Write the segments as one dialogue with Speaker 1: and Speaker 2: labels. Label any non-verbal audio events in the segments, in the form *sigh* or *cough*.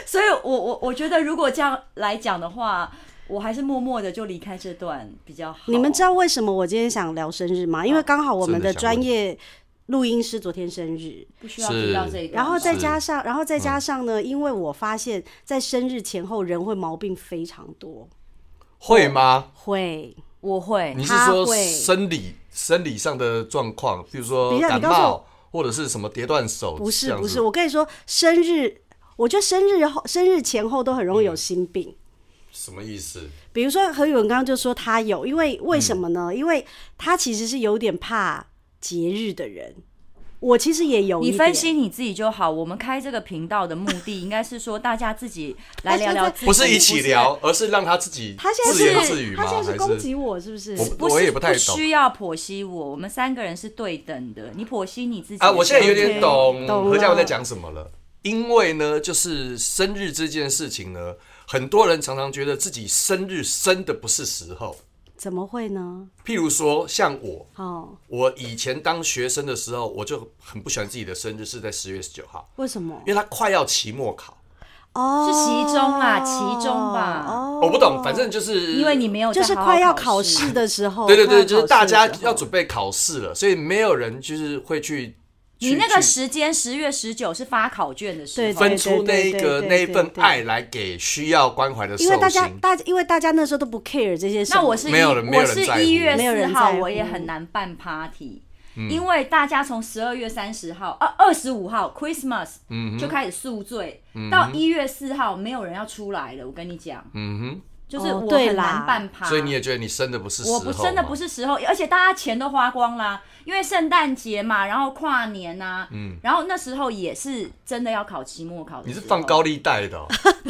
Speaker 1: 所以我，我我觉得，如果这样来讲的话，我还是默默的就离开这段比较好。
Speaker 2: 你们知道为什么我今天想聊生日吗？因为刚好我们
Speaker 3: 真
Speaker 2: 的
Speaker 3: 的想
Speaker 2: 专业录音师昨天生日，
Speaker 1: 不需要提到这一段，
Speaker 2: 然后哦再
Speaker 3: 是嗯
Speaker 2: 加上，然后再加上呢，因为我发现，在生日前后人会毛病非常多，
Speaker 3: 会吗？
Speaker 2: 会。
Speaker 1: 我哦会
Speaker 3: 你是
Speaker 2: 他
Speaker 3: 说
Speaker 2: 会
Speaker 3: 生理生理上的状况，比如
Speaker 2: 等
Speaker 3: 说
Speaker 2: 一下
Speaker 3: 感
Speaker 2: 你告诉
Speaker 3: 冒
Speaker 2: 我
Speaker 3: 或者是什么跌断手，
Speaker 2: 不
Speaker 3: 这
Speaker 2: 是
Speaker 3: 样子
Speaker 2: 不是，我跟你说，生日，我觉得生日后、生日前后都很容易
Speaker 3: 嗯
Speaker 2: 有心病。
Speaker 3: 什么意思？
Speaker 2: 比如说何宇文刚刚就说他有，因为为什么呢？
Speaker 3: 嗯
Speaker 2: 因为他其实是有点怕节日的人。我其实也有一
Speaker 1: 你
Speaker 2: 点
Speaker 1: 分析你自己就好。我们开这个频道的目的，应该是说大家自己
Speaker 2: *laughs*
Speaker 1: 来聊聊自己，
Speaker 3: 不是一起聊，而是让他自己
Speaker 2: 他现在
Speaker 3: 自言
Speaker 2: 是
Speaker 3: 自语吗？
Speaker 2: 他现在
Speaker 3: 还
Speaker 2: 是攻击我是不是？
Speaker 3: 我
Speaker 1: 不是，
Speaker 3: 我也不太懂
Speaker 1: 需要剖析我。我们三个人是对等的，你剖析你自己的
Speaker 3: 啊，我现在有点
Speaker 2: OK，
Speaker 3: 懂
Speaker 2: 懂了
Speaker 3: 何嘉文在讲什么了。因为呢，就是生日这件事情呢，很多人常常觉得自己生日生的不是时候。
Speaker 2: 怎么会呢？
Speaker 3: 譬如说，像我，
Speaker 2: 哦，
Speaker 3: 我以前当学生的时候，我就很不喜欢自己的生日是在十月十九号，
Speaker 2: 为什么
Speaker 3: 因？为它快要期末考，
Speaker 2: 哦，
Speaker 1: 是其中啦其中吧
Speaker 2: 哦，
Speaker 3: 我不懂，反正就是
Speaker 1: 因为你没有
Speaker 2: 就
Speaker 1: 哦在
Speaker 2: 是
Speaker 1: 好好
Speaker 2: 快要
Speaker 1: 考
Speaker 2: 考试的时候，
Speaker 3: 对对对，
Speaker 2: 快
Speaker 3: 就是
Speaker 2: 考
Speaker 3: 大
Speaker 2: 试的
Speaker 3: 家
Speaker 2: 时候
Speaker 3: 要准备考试了，所以没有人就是会去。
Speaker 1: 你
Speaker 3: 去
Speaker 1: 那个
Speaker 3: 去
Speaker 1: 时间十月十九是发考卷的时
Speaker 2: 哦对
Speaker 1: 候，
Speaker 3: 分出那
Speaker 2: 对对
Speaker 3: 一
Speaker 2: 对
Speaker 3: 个
Speaker 2: 对
Speaker 3: 那一份
Speaker 2: 对对
Speaker 3: 爱来给需要关怀的
Speaker 2: 因
Speaker 3: 寿
Speaker 2: 为大家
Speaker 3: 星。
Speaker 2: 大因为大家那时候都不 care 这些事，
Speaker 1: 那我是一
Speaker 3: 没有人没有
Speaker 1: 我
Speaker 3: 人
Speaker 1: 是
Speaker 3: 在乎
Speaker 1: 一月
Speaker 2: 没有
Speaker 1: 四
Speaker 2: 人在
Speaker 1: 号，
Speaker 2: 乎
Speaker 1: 我也很难办 party，、因
Speaker 3: 嗯
Speaker 1: 为大家从十二月三十号、呃二十五号 Christmas、就
Speaker 3: 嗯
Speaker 1: 开始宿醉，到一月四号没有人要出来了。我跟你讲，嗯哼，就是
Speaker 2: 哦
Speaker 1: 我
Speaker 2: 对
Speaker 1: 很
Speaker 2: 啦
Speaker 1: 难办 party，、
Speaker 3: 所以你也觉得你生的不是时候
Speaker 1: 我
Speaker 3: 吗？
Speaker 1: 不真的不是时候，而且大家钱都花光啦，因为圣诞节嘛，然后跨年呐、嗯，然后那时候也是真的要考期末考的
Speaker 3: 你
Speaker 1: 时候，
Speaker 3: 是放高利贷的哦、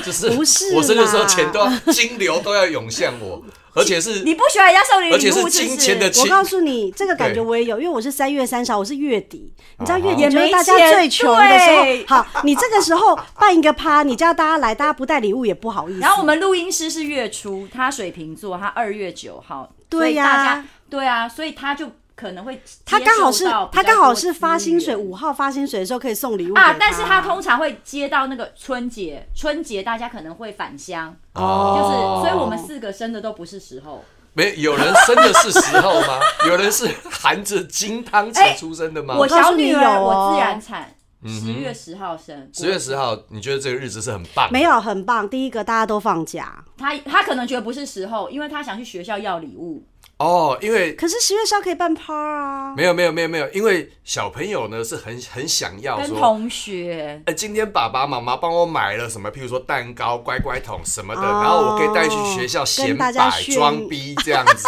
Speaker 3: 就是
Speaker 2: 不是啦
Speaker 3: 我生的时候钱都要金流都要涌向我，而且是
Speaker 1: 你不喜欢人家送你礼
Speaker 3: 而且
Speaker 1: 物，
Speaker 3: 是
Speaker 1: 是
Speaker 3: 金
Speaker 1: 不
Speaker 3: 钱
Speaker 1: 是？
Speaker 3: 的
Speaker 2: 我
Speaker 3: 钱，
Speaker 2: 告诉你，这个感觉
Speaker 3: 对啊
Speaker 2: 我也有，因为我是三月三十号，我是月底，你知道月
Speaker 3: 也
Speaker 2: 底就是
Speaker 1: 没
Speaker 2: 大家
Speaker 1: 钱
Speaker 2: 最穷的时
Speaker 1: 对
Speaker 2: 候。好，你这个时候办一个趴，你叫大家来，大家不带礼物也不好意思。
Speaker 1: 然后我们录音师是月初，他水瓶座，他二月九号，所
Speaker 2: 对
Speaker 1: 以
Speaker 2: 呀
Speaker 1: 大家对啊，所以他就可能会
Speaker 2: 他刚好是
Speaker 1: 接触到比
Speaker 2: 他
Speaker 1: 较多
Speaker 2: 刚好是发薪水
Speaker 1: 资源
Speaker 2: 五号发薪水的时候可以送礼物
Speaker 1: 啊
Speaker 2: 给，
Speaker 1: 但是他通常会接到那个春节，春节大家可能会返乡，就是，
Speaker 3: 哦
Speaker 1: 所以我们四个生的都不是时候，
Speaker 3: 没有人生的是时候吗？有人是含着金汤匙出生的吗？
Speaker 1: 我
Speaker 2: 告
Speaker 1: 小
Speaker 2: 诉你
Speaker 1: 女
Speaker 2: 有
Speaker 1: 儿
Speaker 2: 哦
Speaker 1: 我自然产，十月十号生。
Speaker 3: 嗯十月十号，你觉得这个日子是很棒？
Speaker 2: 没，有很棒。第一个大家都放假，
Speaker 1: 她她可能觉得不是时候，因为她想去学校要礼物。
Speaker 3: 哦，因为
Speaker 2: 可是十月十号可以办趴啊。
Speaker 3: 没有没有没有没有，因为小朋友呢是很很想要
Speaker 1: 跟
Speaker 3: 说，
Speaker 1: 同学，
Speaker 3: 呃，今天爸爸妈妈帮我买了什么，譬如说蛋糕、乖乖桶什么的，
Speaker 2: 哦
Speaker 3: 然后我可以带去学校显
Speaker 2: 跟大家
Speaker 3: 摆
Speaker 2: 炫
Speaker 3: 装逼这样子，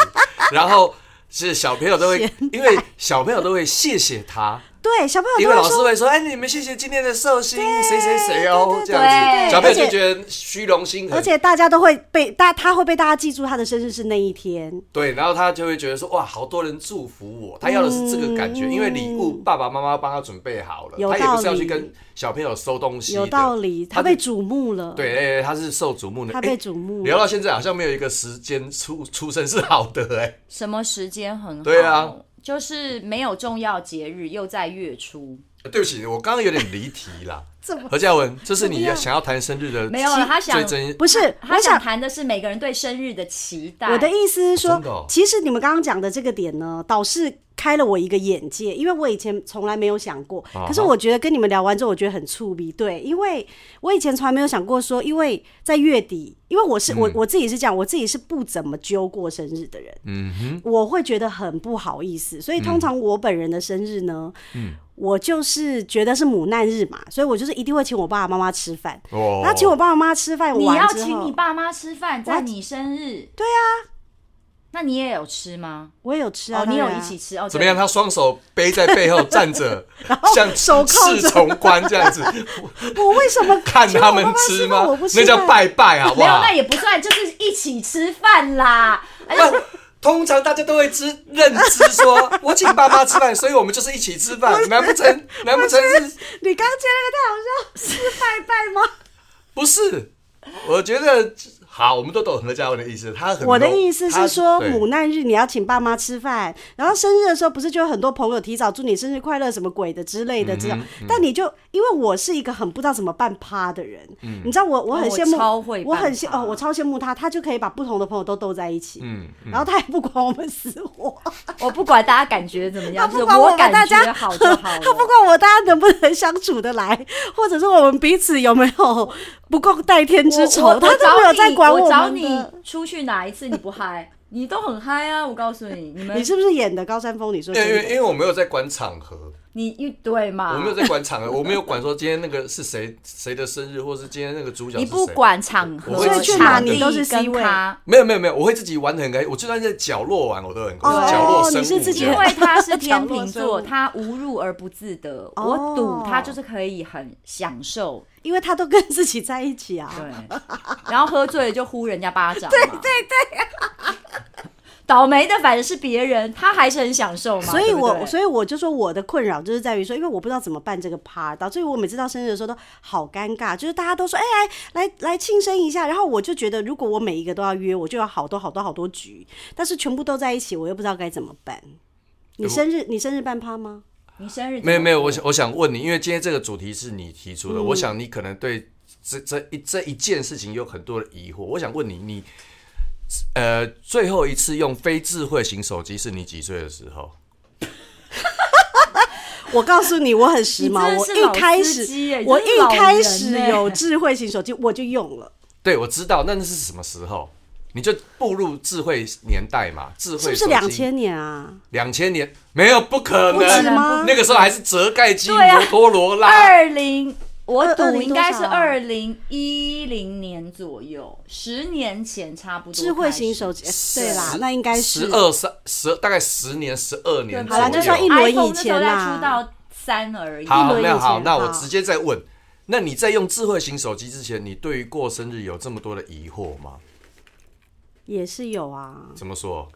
Speaker 3: 然后是小朋友都会，因为小朋友都会谢谢他，
Speaker 2: 对，小朋友
Speaker 3: 因为
Speaker 2: 都
Speaker 3: 老
Speaker 2: 会
Speaker 3: 师
Speaker 2: 说，
Speaker 3: 会说，哎，你们谢谢今天的寿星谁谁谁哦，这
Speaker 2: 对对
Speaker 3: 样
Speaker 1: 对
Speaker 3: 子，小朋友
Speaker 2: 而
Speaker 3: 就
Speaker 2: 且
Speaker 3: 觉得虚荣心很
Speaker 2: 而且大家都会被大，他会被大家记住他的生日是那一天。
Speaker 3: 对，然后他就会觉得说，哇，好多人祝福我，他要的是这个感觉，
Speaker 2: 嗯
Speaker 3: 因为礼物爸爸妈妈帮他准备好了，
Speaker 2: 有
Speaker 3: 他也不是
Speaker 2: 道
Speaker 3: 要
Speaker 2: 理
Speaker 3: 去跟小朋友收东西的，
Speaker 2: 有道理，他
Speaker 3: 就
Speaker 2: 被瞩目了。
Speaker 3: 对，哎他是受瞩目的，
Speaker 2: 他被
Speaker 3: 哎
Speaker 2: 瞩目了
Speaker 3: 聊到现在好像没有一个时间出出生是好的哎、
Speaker 1: 什么时间很好？
Speaker 3: 对啊，
Speaker 1: 就是没有重要节日，又在月初，
Speaker 3: 对不起，我刚刚有点离题
Speaker 2: *laughs*
Speaker 3: 啦。何嘉文，这是你
Speaker 2: 怎么样啊
Speaker 3: 想要谈生日的
Speaker 1: 没有了他想
Speaker 3: 最真
Speaker 2: 不是，
Speaker 1: 他
Speaker 2: 我
Speaker 1: 想
Speaker 2: 想
Speaker 1: 谈的是每个人对生日的期待。
Speaker 2: 我的意思是说，
Speaker 3: 真的哦
Speaker 2: 其实你们刚刚讲的这个点呢，倒是开了我一个眼界，因为我以前从来没有想过。
Speaker 3: 啊哈
Speaker 2: 可是我觉得跟你们聊完之后，我觉得很触鼻。对，因为我以前从来没有想过说，因为在月底，因为我
Speaker 3: 嗯
Speaker 2: 是、我我自己是这样，我自己是不怎么揪过生日的人，
Speaker 3: 嗯哼，嗯
Speaker 2: 我会觉得很不好意思。所以通常我本人的生日呢，我就是觉得是母难日嘛，所以我就是一定会请我爸爸妈妈吃饭。
Speaker 3: 哦
Speaker 2: 那请我爸爸妈妈吃饭
Speaker 1: 你
Speaker 2: 完
Speaker 1: 要
Speaker 2: 之后
Speaker 1: 请你爸妈吃饭，在你生日。对啊，那你也有吃吗？
Speaker 2: 我也有吃啊，
Speaker 1: 哦，你有
Speaker 2: 当然
Speaker 1: 一
Speaker 2: 啊
Speaker 1: 起吃哦。
Speaker 3: 怎么样？
Speaker 1: 对？
Speaker 3: 他双手背在背后站
Speaker 2: *laughs*
Speaker 3: 着，像
Speaker 2: 手铐着
Speaker 3: 侍从官这
Speaker 2: *laughs*
Speaker 3: 样子，
Speaker 2: 我为什么
Speaker 3: *laughs* 看他们
Speaker 2: 请我爸爸吃
Speaker 3: 吃吗
Speaker 2: 饭我不？吃
Speaker 3: 那叫
Speaker 2: 饭
Speaker 3: 拜拜，好不
Speaker 1: 没有，
Speaker 3: 好？
Speaker 1: 那也不算，就是一起吃饭啦。而且
Speaker 3: 那通常大家都会知认知说，我请爸妈吃饭，所以我们就是一起吃饭。难不成难不成是
Speaker 2: 你刚刚接那个太好笑，是拜拜吗？
Speaker 3: 不是？我觉得好，我们都懂何嘉文的意思。他很
Speaker 2: 我的
Speaker 3: 懂
Speaker 2: 意思
Speaker 3: 他
Speaker 2: 是说，
Speaker 3: 对
Speaker 2: 母难日你要请爸妈吃饭，然后生日的时候不是就有很多朋友提早祝你生日快乐什么鬼的之类的
Speaker 3: 嗯
Speaker 2: 这种，但你就因为我是一个很不知道怎么办趴的人，
Speaker 3: 嗯
Speaker 2: 你知道我我很羡慕，
Speaker 1: 哦我超会办
Speaker 2: 我很羡
Speaker 1: 趴
Speaker 2: 哦，我超羡慕他，他就可以把不同的朋友都斗在一起，
Speaker 3: 嗯，
Speaker 2: 然后他也不管我们死活，
Speaker 1: 我不管大家感觉怎么
Speaker 2: 他
Speaker 1: 样，就是
Speaker 2: 不管我们
Speaker 1: 感
Speaker 2: 大
Speaker 1: 觉
Speaker 2: 家，
Speaker 1: 好就好了。
Speaker 2: *laughs* 他不管我大家能不能相处的来， *laughs* 或者是我们彼此有没有不共戴天之
Speaker 1: 我
Speaker 2: 仇，
Speaker 1: 我
Speaker 2: 他都没有在管
Speaker 1: 我找
Speaker 2: 们
Speaker 1: 你。
Speaker 2: 的
Speaker 1: 我找你出去哪一次你不嗨，你都很嗨啊！我告诉你，你们
Speaker 2: 你是不是演的高山峰？你说
Speaker 3: 因为因为
Speaker 2: 真
Speaker 3: 因
Speaker 2: 的
Speaker 3: 为我没有在管场合，
Speaker 1: 你一对嘛？
Speaker 2: 啊
Speaker 3: 我没有在管场合，我没有管说今天那个是谁谁的生日，或是今天那个主角
Speaker 1: 你
Speaker 3: 是谁。
Speaker 1: 不管场
Speaker 3: 我
Speaker 1: 合
Speaker 3: 会、去哪
Speaker 1: 场
Speaker 3: 你
Speaker 1: 地
Speaker 2: 都是 C
Speaker 1: 跟
Speaker 2: 位
Speaker 1: 他，
Speaker 3: 没有没有没有，我会自己玩的很开心。我就算在角落玩，我都很
Speaker 2: 哦
Speaker 3: 我角落生物
Speaker 2: 你是自己
Speaker 3: 这
Speaker 1: 因
Speaker 3: 样
Speaker 1: 为他是天
Speaker 2: 角落
Speaker 1: 秤
Speaker 2: 生物
Speaker 1: 座，他无入而不自得。
Speaker 2: 哦
Speaker 1: 我赌他就是可以很享受，
Speaker 2: 因为他都跟自己在一起
Speaker 1: 对
Speaker 2: 啊。，
Speaker 1: 然后喝醉了就呼人家巴掌，对对对。 *laughs* 倒霉的反正是别人，他还是很享受嘛。
Speaker 2: 所以我，所
Speaker 1: 以
Speaker 2: 以我就说我的困扰就是在于说，因为我不知道怎么办这个趴，导致于我每次到生日的时候都好尴尬，就是大家都说，哎、来来来庆生一下，然后我就觉得如果我每一个都要约，我就有好多好多好多局，但是全部都在一起，我又不知道该怎么办。你生日，你生日办趴吗？
Speaker 1: 你生日怎么
Speaker 3: 没有没有，
Speaker 1: 过
Speaker 3: 我想我想问你，因为今天这个主题是你提出的，
Speaker 2: 嗯
Speaker 3: 我想你可能对这这一这一件事情有很多的疑惑。我想问你，你呃最后一次用非智慧型手机是你几岁的时候？
Speaker 2: 我告诉你，我很时髦，
Speaker 1: 你真的
Speaker 2: 我
Speaker 1: 是
Speaker 2: 一开
Speaker 1: 老司机耶
Speaker 2: 始
Speaker 1: 你
Speaker 2: 我
Speaker 1: 真是老
Speaker 2: 一开
Speaker 1: 人
Speaker 2: 始
Speaker 1: 呢
Speaker 2: 有智慧型手机我就用了。
Speaker 3: 对，我知道，那那是什么时候？你就步入智慧年代嘛？智慧
Speaker 2: 是不是两千年啊？
Speaker 3: 两千年没有不可
Speaker 2: 不止
Speaker 3: 能，
Speaker 2: 吗？
Speaker 3: 那个时候还是折盖机、
Speaker 1: 对啊
Speaker 3: 摩托罗拉。
Speaker 1: 二零，我
Speaker 2: 二
Speaker 1: 赌
Speaker 2: 零
Speaker 1: 应该是
Speaker 2: 多少啊
Speaker 1: 二零一零年左右，十年前差不多开始。
Speaker 2: 智慧型手机，哎对啦
Speaker 3: 十，
Speaker 2: 那应该是
Speaker 3: 十二三十，大概十年、十二年
Speaker 1: 对
Speaker 3: 左
Speaker 1: 好
Speaker 3: 右。
Speaker 1: 啦
Speaker 2: 就算一轮
Speaker 1: iPhone
Speaker 2: 以
Speaker 1: 那时
Speaker 2: 前
Speaker 1: 候才
Speaker 2: 啦
Speaker 1: 出到三而已。
Speaker 3: 好，
Speaker 2: 一轮
Speaker 3: 那
Speaker 2: 以
Speaker 3: 好，
Speaker 2: 前
Speaker 3: 那我
Speaker 2: 好
Speaker 3: 直接再问，那你在用智慧型手机之前，你对于过生日有这么多的疑惑吗？
Speaker 2: 也是有啊。
Speaker 3: 怎么说？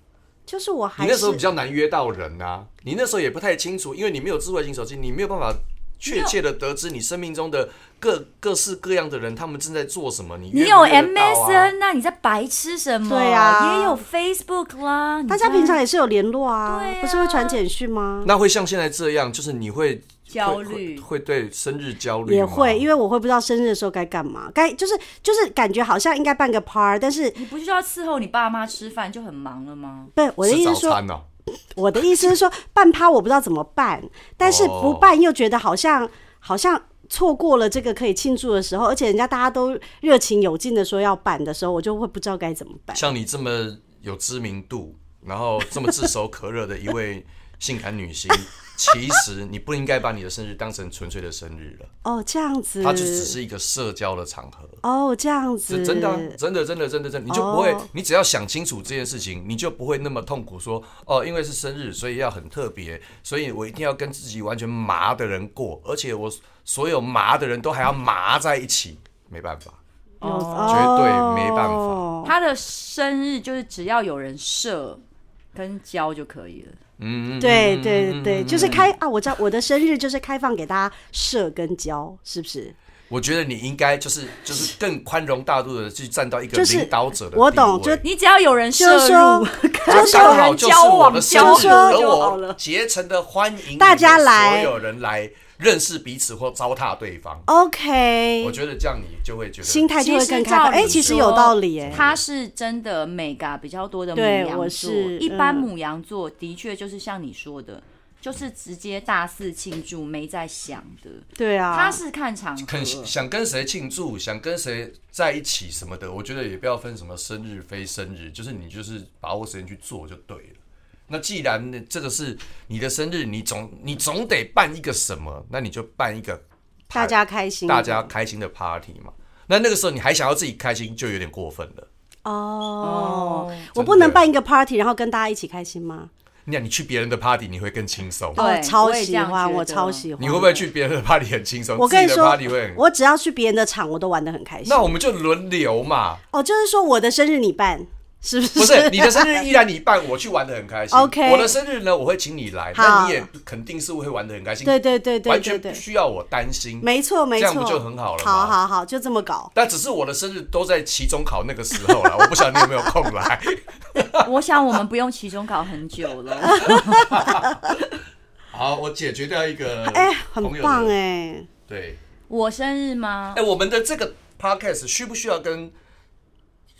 Speaker 2: 就是我
Speaker 3: 你
Speaker 2: 还
Speaker 3: 那时候比
Speaker 2: 是
Speaker 3: 较难约到人啊，你那时候也不太清楚，因为你没有智慧型手机，你没有办法确切的得知你生命中的各各式各样的人，他们正在做什么。你
Speaker 4: 你
Speaker 3: 你
Speaker 4: 有 MSN，那你在白痴什么？
Speaker 2: 对啊
Speaker 4: 也有 Facebook 啦。你
Speaker 2: 大家
Speaker 4: 在
Speaker 2: 平
Speaker 1: 嗯
Speaker 2: 常也是有联络啊，
Speaker 4: 对啊
Speaker 2: 不是会传简讯吗？
Speaker 3: 那会像现在这样，就是你会
Speaker 1: 焦
Speaker 3: 会
Speaker 1: 虑
Speaker 3: 会会对生日焦虑吗，
Speaker 2: 也会，因为我会不知道生日的时候该干嘛，该就是就是感觉好像应该办个 part，但是
Speaker 1: 你不就要伺候你爸妈吃饭就很忙了吗？
Speaker 2: 不，我的
Speaker 3: 吃
Speaker 2: 意思
Speaker 3: 早
Speaker 2: 是说，
Speaker 3: 餐哦，
Speaker 2: 我的意思是说，办趴我不知道怎么办，但是不
Speaker 3: 哦
Speaker 2: 办又觉得好像好像错过了这个可以庆祝的时候，而且人家大家都热情有尽的说要办的时候，我就会不知道该怎么办。
Speaker 3: 像你这么有知名度，然后这么炙手可热的一位性感
Speaker 2: *laughs*
Speaker 3: 女星，其实你不应该把你的生日当成纯粹的生日了，
Speaker 2: 哦，这样子，
Speaker 3: 它就只是一个社交的场合。
Speaker 2: 哦这样子，
Speaker 3: 是真的啊、真的，真的，真的，真的，你就不会
Speaker 2: 哦
Speaker 3: 你只要想清楚这件事情，你就不会那么痛苦说。哦，因为是生日，所以要很特别，所以我一定要跟自己完全麻的人过，而且我所有麻的人都还要麻在一起，没办法，
Speaker 2: 有
Speaker 1: 哦
Speaker 3: 绝对没办法
Speaker 2: 哦
Speaker 1: 他的生日就是只要有人设跟教就可以了。
Speaker 3: 嗯，嗯嗯
Speaker 2: 对对对，就是开啊！我知道我的生日就是开放给大家射跟交，是不是？
Speaker 3: 我觉得你应该就是就是更宽容大度的去站到一个
Speaker 2: 就是
Speaker 3: 领导者的地位。
Speaker 2: 我懂就
Speaker 1: 你只要有人
Speaker 2: 就是
Speaker 1: 摄入
Speaker 2: 说，，
Speaker 3: 就
Speaker 2: 就是
Speaker 3: 刚好
Speaker 2: 有
Speaker 3: 就是我的生
Speaker 2: 交
Speaker 3: 日，
Speaker 2: 往
Speaker 3: 而
Speaker 2: 交往就好
Speaker 3: 我
Speaker 2: 了
Speaker 3: 竭诚的欢迎你们
Speaker 2: 大家来
Speaker 3: 所有人来认识彼此或糟蹋对方。我
Speaker 2: OK，
Speaker 3: 觉得这样你就会觉得
Speaker 2: 心态就会更开放。
Speaker 1: 照理
Speaker 2: 哎，其实有道理哎
Speaker 1: 说，他是真的美嘎比较多的母
Speaker 2: 对
Speaker 1: 羊座，
Speaker 2: 我是
Speaker 1: 一般
Speaker 2: 嗯
Speaker 1: 母羊座的确就是像你说的，就是直接大肆庆祝，没在想的。
Speaker 2: 对啊，
Speaker 1: 他是看场合
Speaker 3: 肯，想跟谁庆祝，想跟谁在一起什么的，我觉得也不要分什么生日非生日，就是你就是把握时间去做就对了。那既然这个是你的生日，你总你总得办一个什么，那你就办一个
Speaker 2: 大家开心，
Speaker 3: 大家开心的 party 嘛。那那个时候你还想要自己开心，就有点过分了。
Speaker 2: 哦
Speaker 1: 哦。
Speaker 2: 我不能办一个 party，然后跟大家一起开心吗？
Speaker 3: 那你去别人的 party 你会更轻松，
Speaker 1: 对
Speaker 2: 哦超
Speaker 1: 我也这
Speaker 2: 喜
Speaker 1: 样觉
Speaker 2: 欢，
Speaker 1: 得
Speaker 2: 我超喜欢。
Speaker 3: 你会不会？去别人的 party 很轻松？
Speaker 2: 我跟你
Speaker 3: 自己的
Speaker 2: 说
Speaker 3: party 会，很
Speaker 2: 我只要去别人的场，我都玩的很开心
Speaker 3: 那。我们就轮流嘛。
Speaker 2: 哦，就是说我的生日你办，是不是？*laughs*
Speaker 3: 不是你的生日依然你办，我去玩的很开心。
Speaker 2: OK
Speaker 3: 我的生日呢，我会请你来，
Speaker 2: 好
Speaker 3: 那你也肯定是会玩的很开心，
Speaker 2: 对对对对
Speaker 3: 完
Speaker 2: 对
Speaker 3: 全不
Speaker 2: 对，
Speaker 3: 需要我担心。
Speaker 2: 没错没
Speaker 3: 这
Speaker 2: 错，
Speaker 3: 样不就很好了吗
Speaker 2: 好好好，就这么搞。
Speaker 3: 但只是我的生日都在期中考那个时候
Speaker 2: *laughs*
Speaker 3: 了，我不晓得你有没有空来。
Speaker 1: *laughs* 我想我们不用期中考很久
Speaker 2: *laughs*
Speaker 1: 了。
Speaker 3: *laughs* 好，我解决掉一个
Speaker 2: 哎、很
Speaker 3: 朋友的
Speaker 2: 棒哎、
Speaker 3: 对，
Speaker 1: 我生日吗
Speaker 3: 哎、？我们的这个 podcast 需不需要跟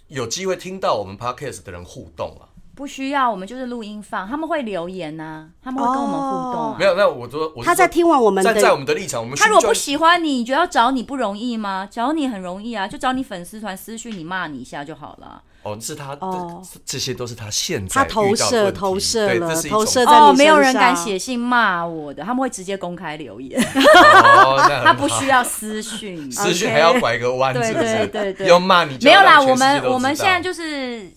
Speaker 3: 有机会听到我们 podcast 的人互动啊？
Speaker 1: 不需要，我们就是录音放，他们会留言呐、他们会跟我们互动、
Speaker 2: 哦
Speaker 1: 啊
Speaker 3: 没有，那我说我是
Speaker 2: 他在
Speaker 3: 说
Speaker 2: 听完我们的
Speaker 3: 站在我们的立场，我们
Speaker 1: 他如果不
Speaker 3: 寻求
Speaker 1: 喜欢你，你觉得要找你不容易吗？找你很容易啊，就找你粉丝团私讯你骂你一下就好了。
Speaker 3: 哦，是他
Speaker 2: 哦
Speaker 3: 这这些都是他现在
Speaker 2: 他投射
Speaker 3: 遇到的问题
Speaker 2: 投射
Speaker 3: 对
Speaker 2: 了
Speaker 3: 这是一
Speaker 2: 投
Speaker 3: 种
Speaker 2: 射在你
Speaker 1: 哦，
Speaker 2: 身
Speaker 1: 没有人
Speaker 2: 上
Speaker 1: 敢写信骂我的，他们会直接公开留
Speaker 3: *laughs*
Speaker 1: 言，
Speaker 3: 哦，那很
Speaker 1: 他不
Speaker 3: 好
Speaker 1: 需要私讯。
Speaker 3: *laughs* 私讯
Speaker 1: OK
Speaker 3: 还要拐个弯，
Speaker 1: 对
Speaker 3: 是不是
Speaker 1: 对对对
Speaker 3: 要骂你就
Speaker 1: 没有
Speaker 3: 要
Speaker 1: 啦，
Speaker 3: 让
Speaker 1: 我
Speaker 3: 全世界
Speaker 1: 们
Speaker 3: 都知道
Speaker 1: 我们现在就是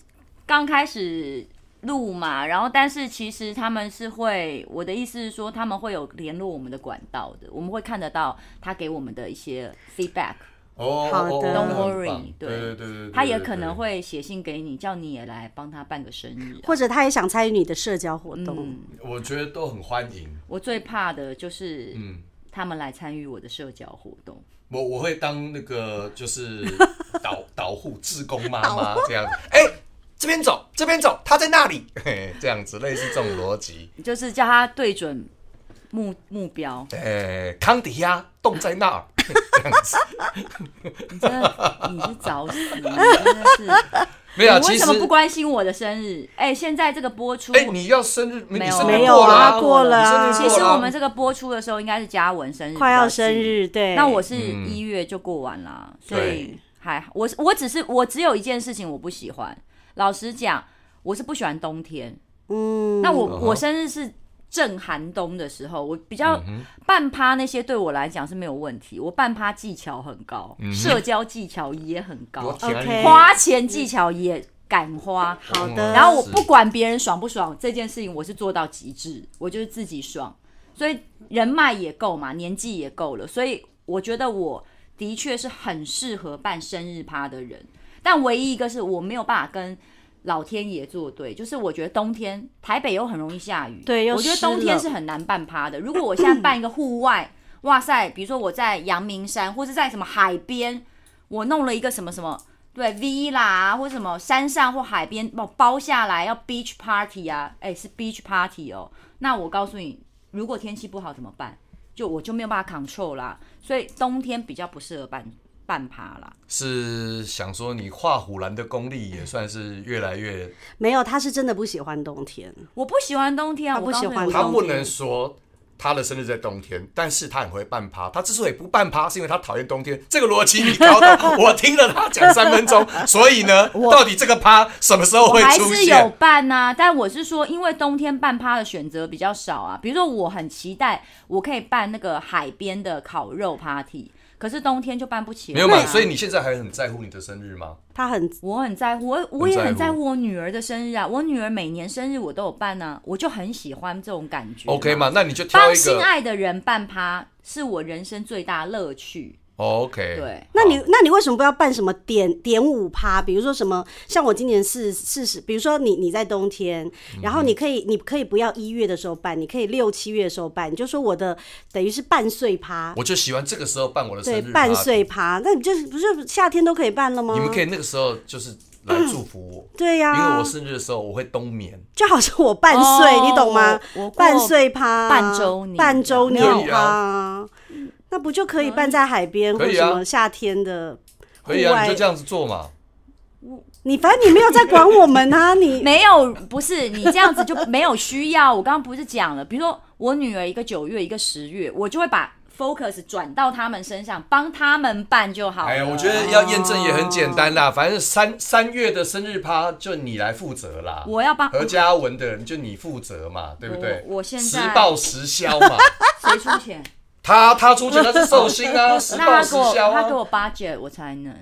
Speaker 1: 刚开始录嘛，然后但是其实他们是会，我的意思是说他们会有联络我们的管道的，我们会看得到他给我们的一些 feedback，
Speaker 3: 哦，
Speaker 2: 好的
Speaker 3: 哦
Speaker 2: Don't
Speaker 3: 哦很
Speaker 1: worry，
Speaker 3: 棒
Speaker 1: 对
Speaker 3: 对对对对，
Speaker 1: 他也
Speaker 3: 对
Speaker 1: 可能。
Speaker 3: 对
Speaker 1: 会写信给你，叫你也来帮他办个生日啊、
Speaker 2: 或者他也想参与你的社交活动。
Speaker 1: 嗯，
Speaker 3: 我觉得都很欢迎，
Speaker 1: 我最怕的就是
Speaker 3: 嗯，
Speaker 1: 他们来参与我的社交活动，
Speaker 3: 我我会当那个就是导导护志工妈妈这样子，哎、这边走，这边走，他在那里， *laughs* 嘿这样子类似这种逻辑，
Speaker 1: 就是叫他对准目目标。
Speaker 3: 哎、康迪亚冻在那
Speaker 1: *laughs*
Speaker 3: 儿，这样子，
Speaker 1: 你真的你是找死，
Speaker 2: *laughs*
Speaker 1: 你真的是。
Speaker 3: 没有啊，
Speaker 1: 你
Speaker 3: 其
Speaker 1: 为
Speaker 3: 实
Speaker 1: 什么不关心我的生日？哎、现在这个播出，
Speaker 3: 哎、你要生日，你
Speaker 1: 没有
Speaker 3: 生日
Speaker 1: 没有
Speaker 3: 过了、
Speaker 1: 啊
Speaker 2: 过了啊
Speaker 3: 你生
Speaker 1: 其
Speaker 3: 日过
Speaker 1: 实
Speaker 3: 了啊
Speaker 1: 我们这个播出的时候应该是嘉文生日，
Speaker 2: 快要生。日，对，
Speaker 1: 那我是
Speaker 3: 嗯
Speaker 1: 一月就过完啦，所
Speaker 3: 对
Speaker 1: 以还好我我只是我只有一件事情我不喜欢，老实讲，我是不喜欢冬天。
Speaker 2: 嗯，
Speaker 1: 那我、
Speaker 3: 嗯
Speaker 1: 我生日是正寒冬的时候，我比较半趴那些对我来讲是没有问题，我半趴技巧很高，
Speaker 3: 嗯
Speaker 1: 社交技巧也很高，
Speaker 3: 我天啊
Speaker 2: OK
Speaker 3: 你
Speaker 1: 花钱技巧也敢花。
Speaker 2: 好的，
Speaker 3: 嗯
Speaker 1: 然后我
Speaker 3: 是
Speaker 1: 不管别人爽不爽，这件事情我是做到极致，我就是自己爽，所以人脉也够嘛，年纪也够了，所以我觉得我的确是很适合办生日趴的人。但唯一一个是我没有办法跟老天爷作对，就是我觉得冬天台北又很容易下雨，
Speaker 2: 对又
Speaker 1: 我觉得
Speaker 2: 湿了
Speaker 1: 冬天是很难办趴的。如果我现在办一个户外，哇塞，比如说我在阳明山，或是在什么海边，我弄了一个什么什么。对 villa 啊，或什么山上或海边包包下来要 beach party 啊，哎是 beach party 哦。那我告诉你，如果天气不好怎么办？就我就没有办法 control 啦，所以冬天比较不适合办办趴啦。
Speaker 3: 是想说你画虎兰的功力也算是越来越，
Speaker 2: 没有，他是真的不喜欢冬天。
Speaker 1: 我不喜欢冬天啊，
Speaker 2: 他不喜欢
Speaker 1: 我告
Speaker 3: 他
Speaker 1: 诉你
Speaker 3: 不能说。他的生日在冬天，但是他很会办趴。他之所以不办趴，是因为他讨厌冬天。这个逻辑你搞懂？我听了他讲三分钟，所以呢，到底这个趴什么时候
Speaker 1: 我
Speaker 3: 会
Speaker 1: 还
Speaker 3: 出
Speaker 1: 是有
Speaker 3: 现？
Speaker 1: 办呐、但我是说，因为冬天办趴的选择比较少啊。比如说，我很期待我可以办那个海边的烤肉 party，可是冬天就办不起来、
Speaker 3: 没有嘛？所以你现在还很在乎你的生日吗？
Speaker 2: 他很
Speaker 1: 我很在乎，我我也
Speaker 3: 很
Speaker 1: 很在
Speaker 3: 在乎
Speaker 1: 乎我女儿的生日啊。我女儿每年生日我都有办啊，我就很喜欢这种感觉。
Speaker 3: OK 嘛？？那你就挑
Speaker 1: 帮
Speaker 3: 一
Speaker 1: 心啊
Speaker 3: 个。
Speaker 1: 爱的人办趴是我人生最大乐趣。
Speaker 3: 哦 OK，
Speaker 1: 对，
Speaker 2: 那你那你为什么不要办什么点点五趴？比如说什么，像我今年四四十，比如说你你在冬天，
Speaker 3: 嗯
Speaker 2: 然后你可以你可以不要一月的时候办，你可以六七月的时候办，你就说我的等于是半岁趴，
Speaker 3: 我就喜欢这个时候办我的生
Speaker 2: 对，
Speaker 3: 日 party。
Speaker 2: 半岁嗯趴，那你就是不是夏天都可以办了吗？
Speaker 3: 你们可以那个时候就是来祝福我，
Speaker 2: 对呀、
Speaker 3: 因为我生日的时候我会冬眠。
Speaker 2: 就好像我半岁，
Speaker 1: 哦
Speaker 2: 你懂吗
Speaker 1: 我我？过
Speaker 2: 半岁趴，
Speaker 1: 半周年
Speaker 2: 半周
Speaker 3: 可
Speaker 2: 年
Speaker 3: 以
Speaker 2: 趴，那不就可以
Speaker 1: 嗯
Speaker 2: 办在海边
Speaker 3: 可
Speaker 2: 或
Speaker 3: 以
Speaker 2: 什
Speaker 3: 啊
Speaker 2: 么夏天的？
Speaker 3: 可以啊，
Speaker 2: 外
Speaker 3: 你就这样子做嘛。
Speaker 2: 你反正你没有在管我们啊，
Speaker 1: *laughs*
Speaker 2: 你
Speaker 1: 没有，不是你这样子就没有需要。我刚刚不是讲了，比如说我女儿一个九月，一个十月，我就会把 focus 转到他们身上，帮他们办就好了。哦
Speaker 3: 哎呀，我觉得要验证也很简单啦，反正三三月的生日趴就你来负责啦。
Speaker 1: 我要帮
Speaker 3: 何嘉文的人就你负责嘛，对不对？
Speaker 1: 我我现在
Speaker 3: 实报实
Speaker 1: *laughs*
Speaker 3: 销嘛，
Speaker 1: 谁出
Speaker 3: *laughs*
Speaker 1: 钱？
Speaker 3: 他他出去他是寿星啊，实
Speaker 1: *laughs* 那
Speaker 3: 报
Speaker 1: 他
Speaker 3: 实
Speaker 1: 给我
Speaker 3: 销
Speaker 1: 他给
Speaker 3: 啊。
Speaker 1: 我 budget 我才能。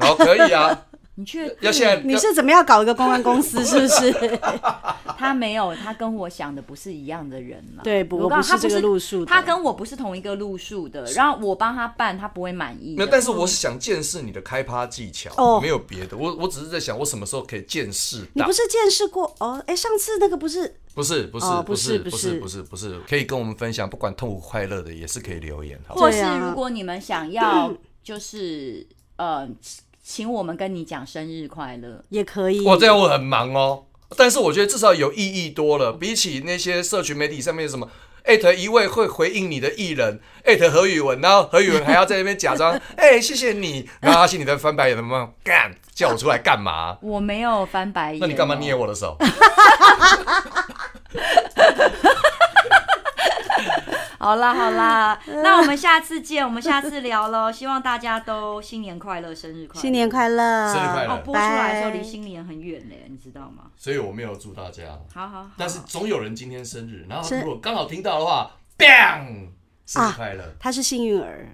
Speaker 3: 哦，可以
Speaker 1: *laughs*
Speaker 3: 啊，
Speaker 1: 你确定
Speaker 3: 要现在
Speaker 2: 你是怎么样搞一个公关公司是不
Speaker 3: *laughs*
Speaker 2: 是？
Speaker 3: 啊
Speaker 1: 他没有，他跟我想的不是一样的人嘛。
Speaker 2: 对不
Speaker 1: 我告诉
Speaker 2: 我
Speaker 1: 他
Speaker 2: 不是这个路数的
Speaker 1: 他跟我不是同一个路数的。然后我帮他办，他不会满意
Speaker 3: 没
Speaker 1: 的。
Speaker 3: 有，但是我是想见识你的开趴技巧，
Speaker 2: 哦
Speaker 3: 没有别的，我我只是在想我什么时候可以见识到。
Speaker 2: 你不是见识过哦？哎，上次那个不是
Speaker 3: 不是不是
Speaker 2: 哦
Speaker 3: 不
Speaker 2: 不
Speaker 3: 是
Speaker 2: 是
Speaker 3: 不
Speaker 2: 不
Speaker 3: 是
Speaker 2: 是
Speaker 3: 不是不是，可以跟我们分享，不管痛苦快乐的也是可以留言，好不好？
Speaker 1: 或是
Speaker 2: 对啊
Speaker 1: 如果你们想要，就是呃，请我们跟你讲生日快乐。
Speaker 2: 也可以？
Speaker 3: 哇，这样我很忙哦，但是我觉得至少有意义多了，比起那些社群媒体上面什么。艾特一位会回应你的艺人，艾特何宇文，然后何宇文还要在那边假装，哎、谢谢你，然后他心里在翻白眼，怎么干叫我出来
Speaker 1: *laughs*
Speaker 3: 干嘛？
Speaker 1: 我没有翻白眼哦、
Speaker 3: 那你干嘛捏我的手？
Speaker 1: 好啦好啦， *laughs* 那我们下次见，我们下次聊喽。希望大家都新年快乐，生日快乐，
Speaker 2: 新年快乐，
Speaker 3: 生日快乐
Speaker 1: 哦，播出来的时候离
Speaker 2: 拜
Speaker 1: 新年很远嘞，你知道吗？
Speaker 3: 所以我没有祝大家，
Speaker 1: 好好好，
Speaker 3: 但是总有人今天生日，然后
Speaker 2: 是
Speaker 3: 如果刚好听到的话，bang，生日快乐。
Speaker 2: 他是幸运儿。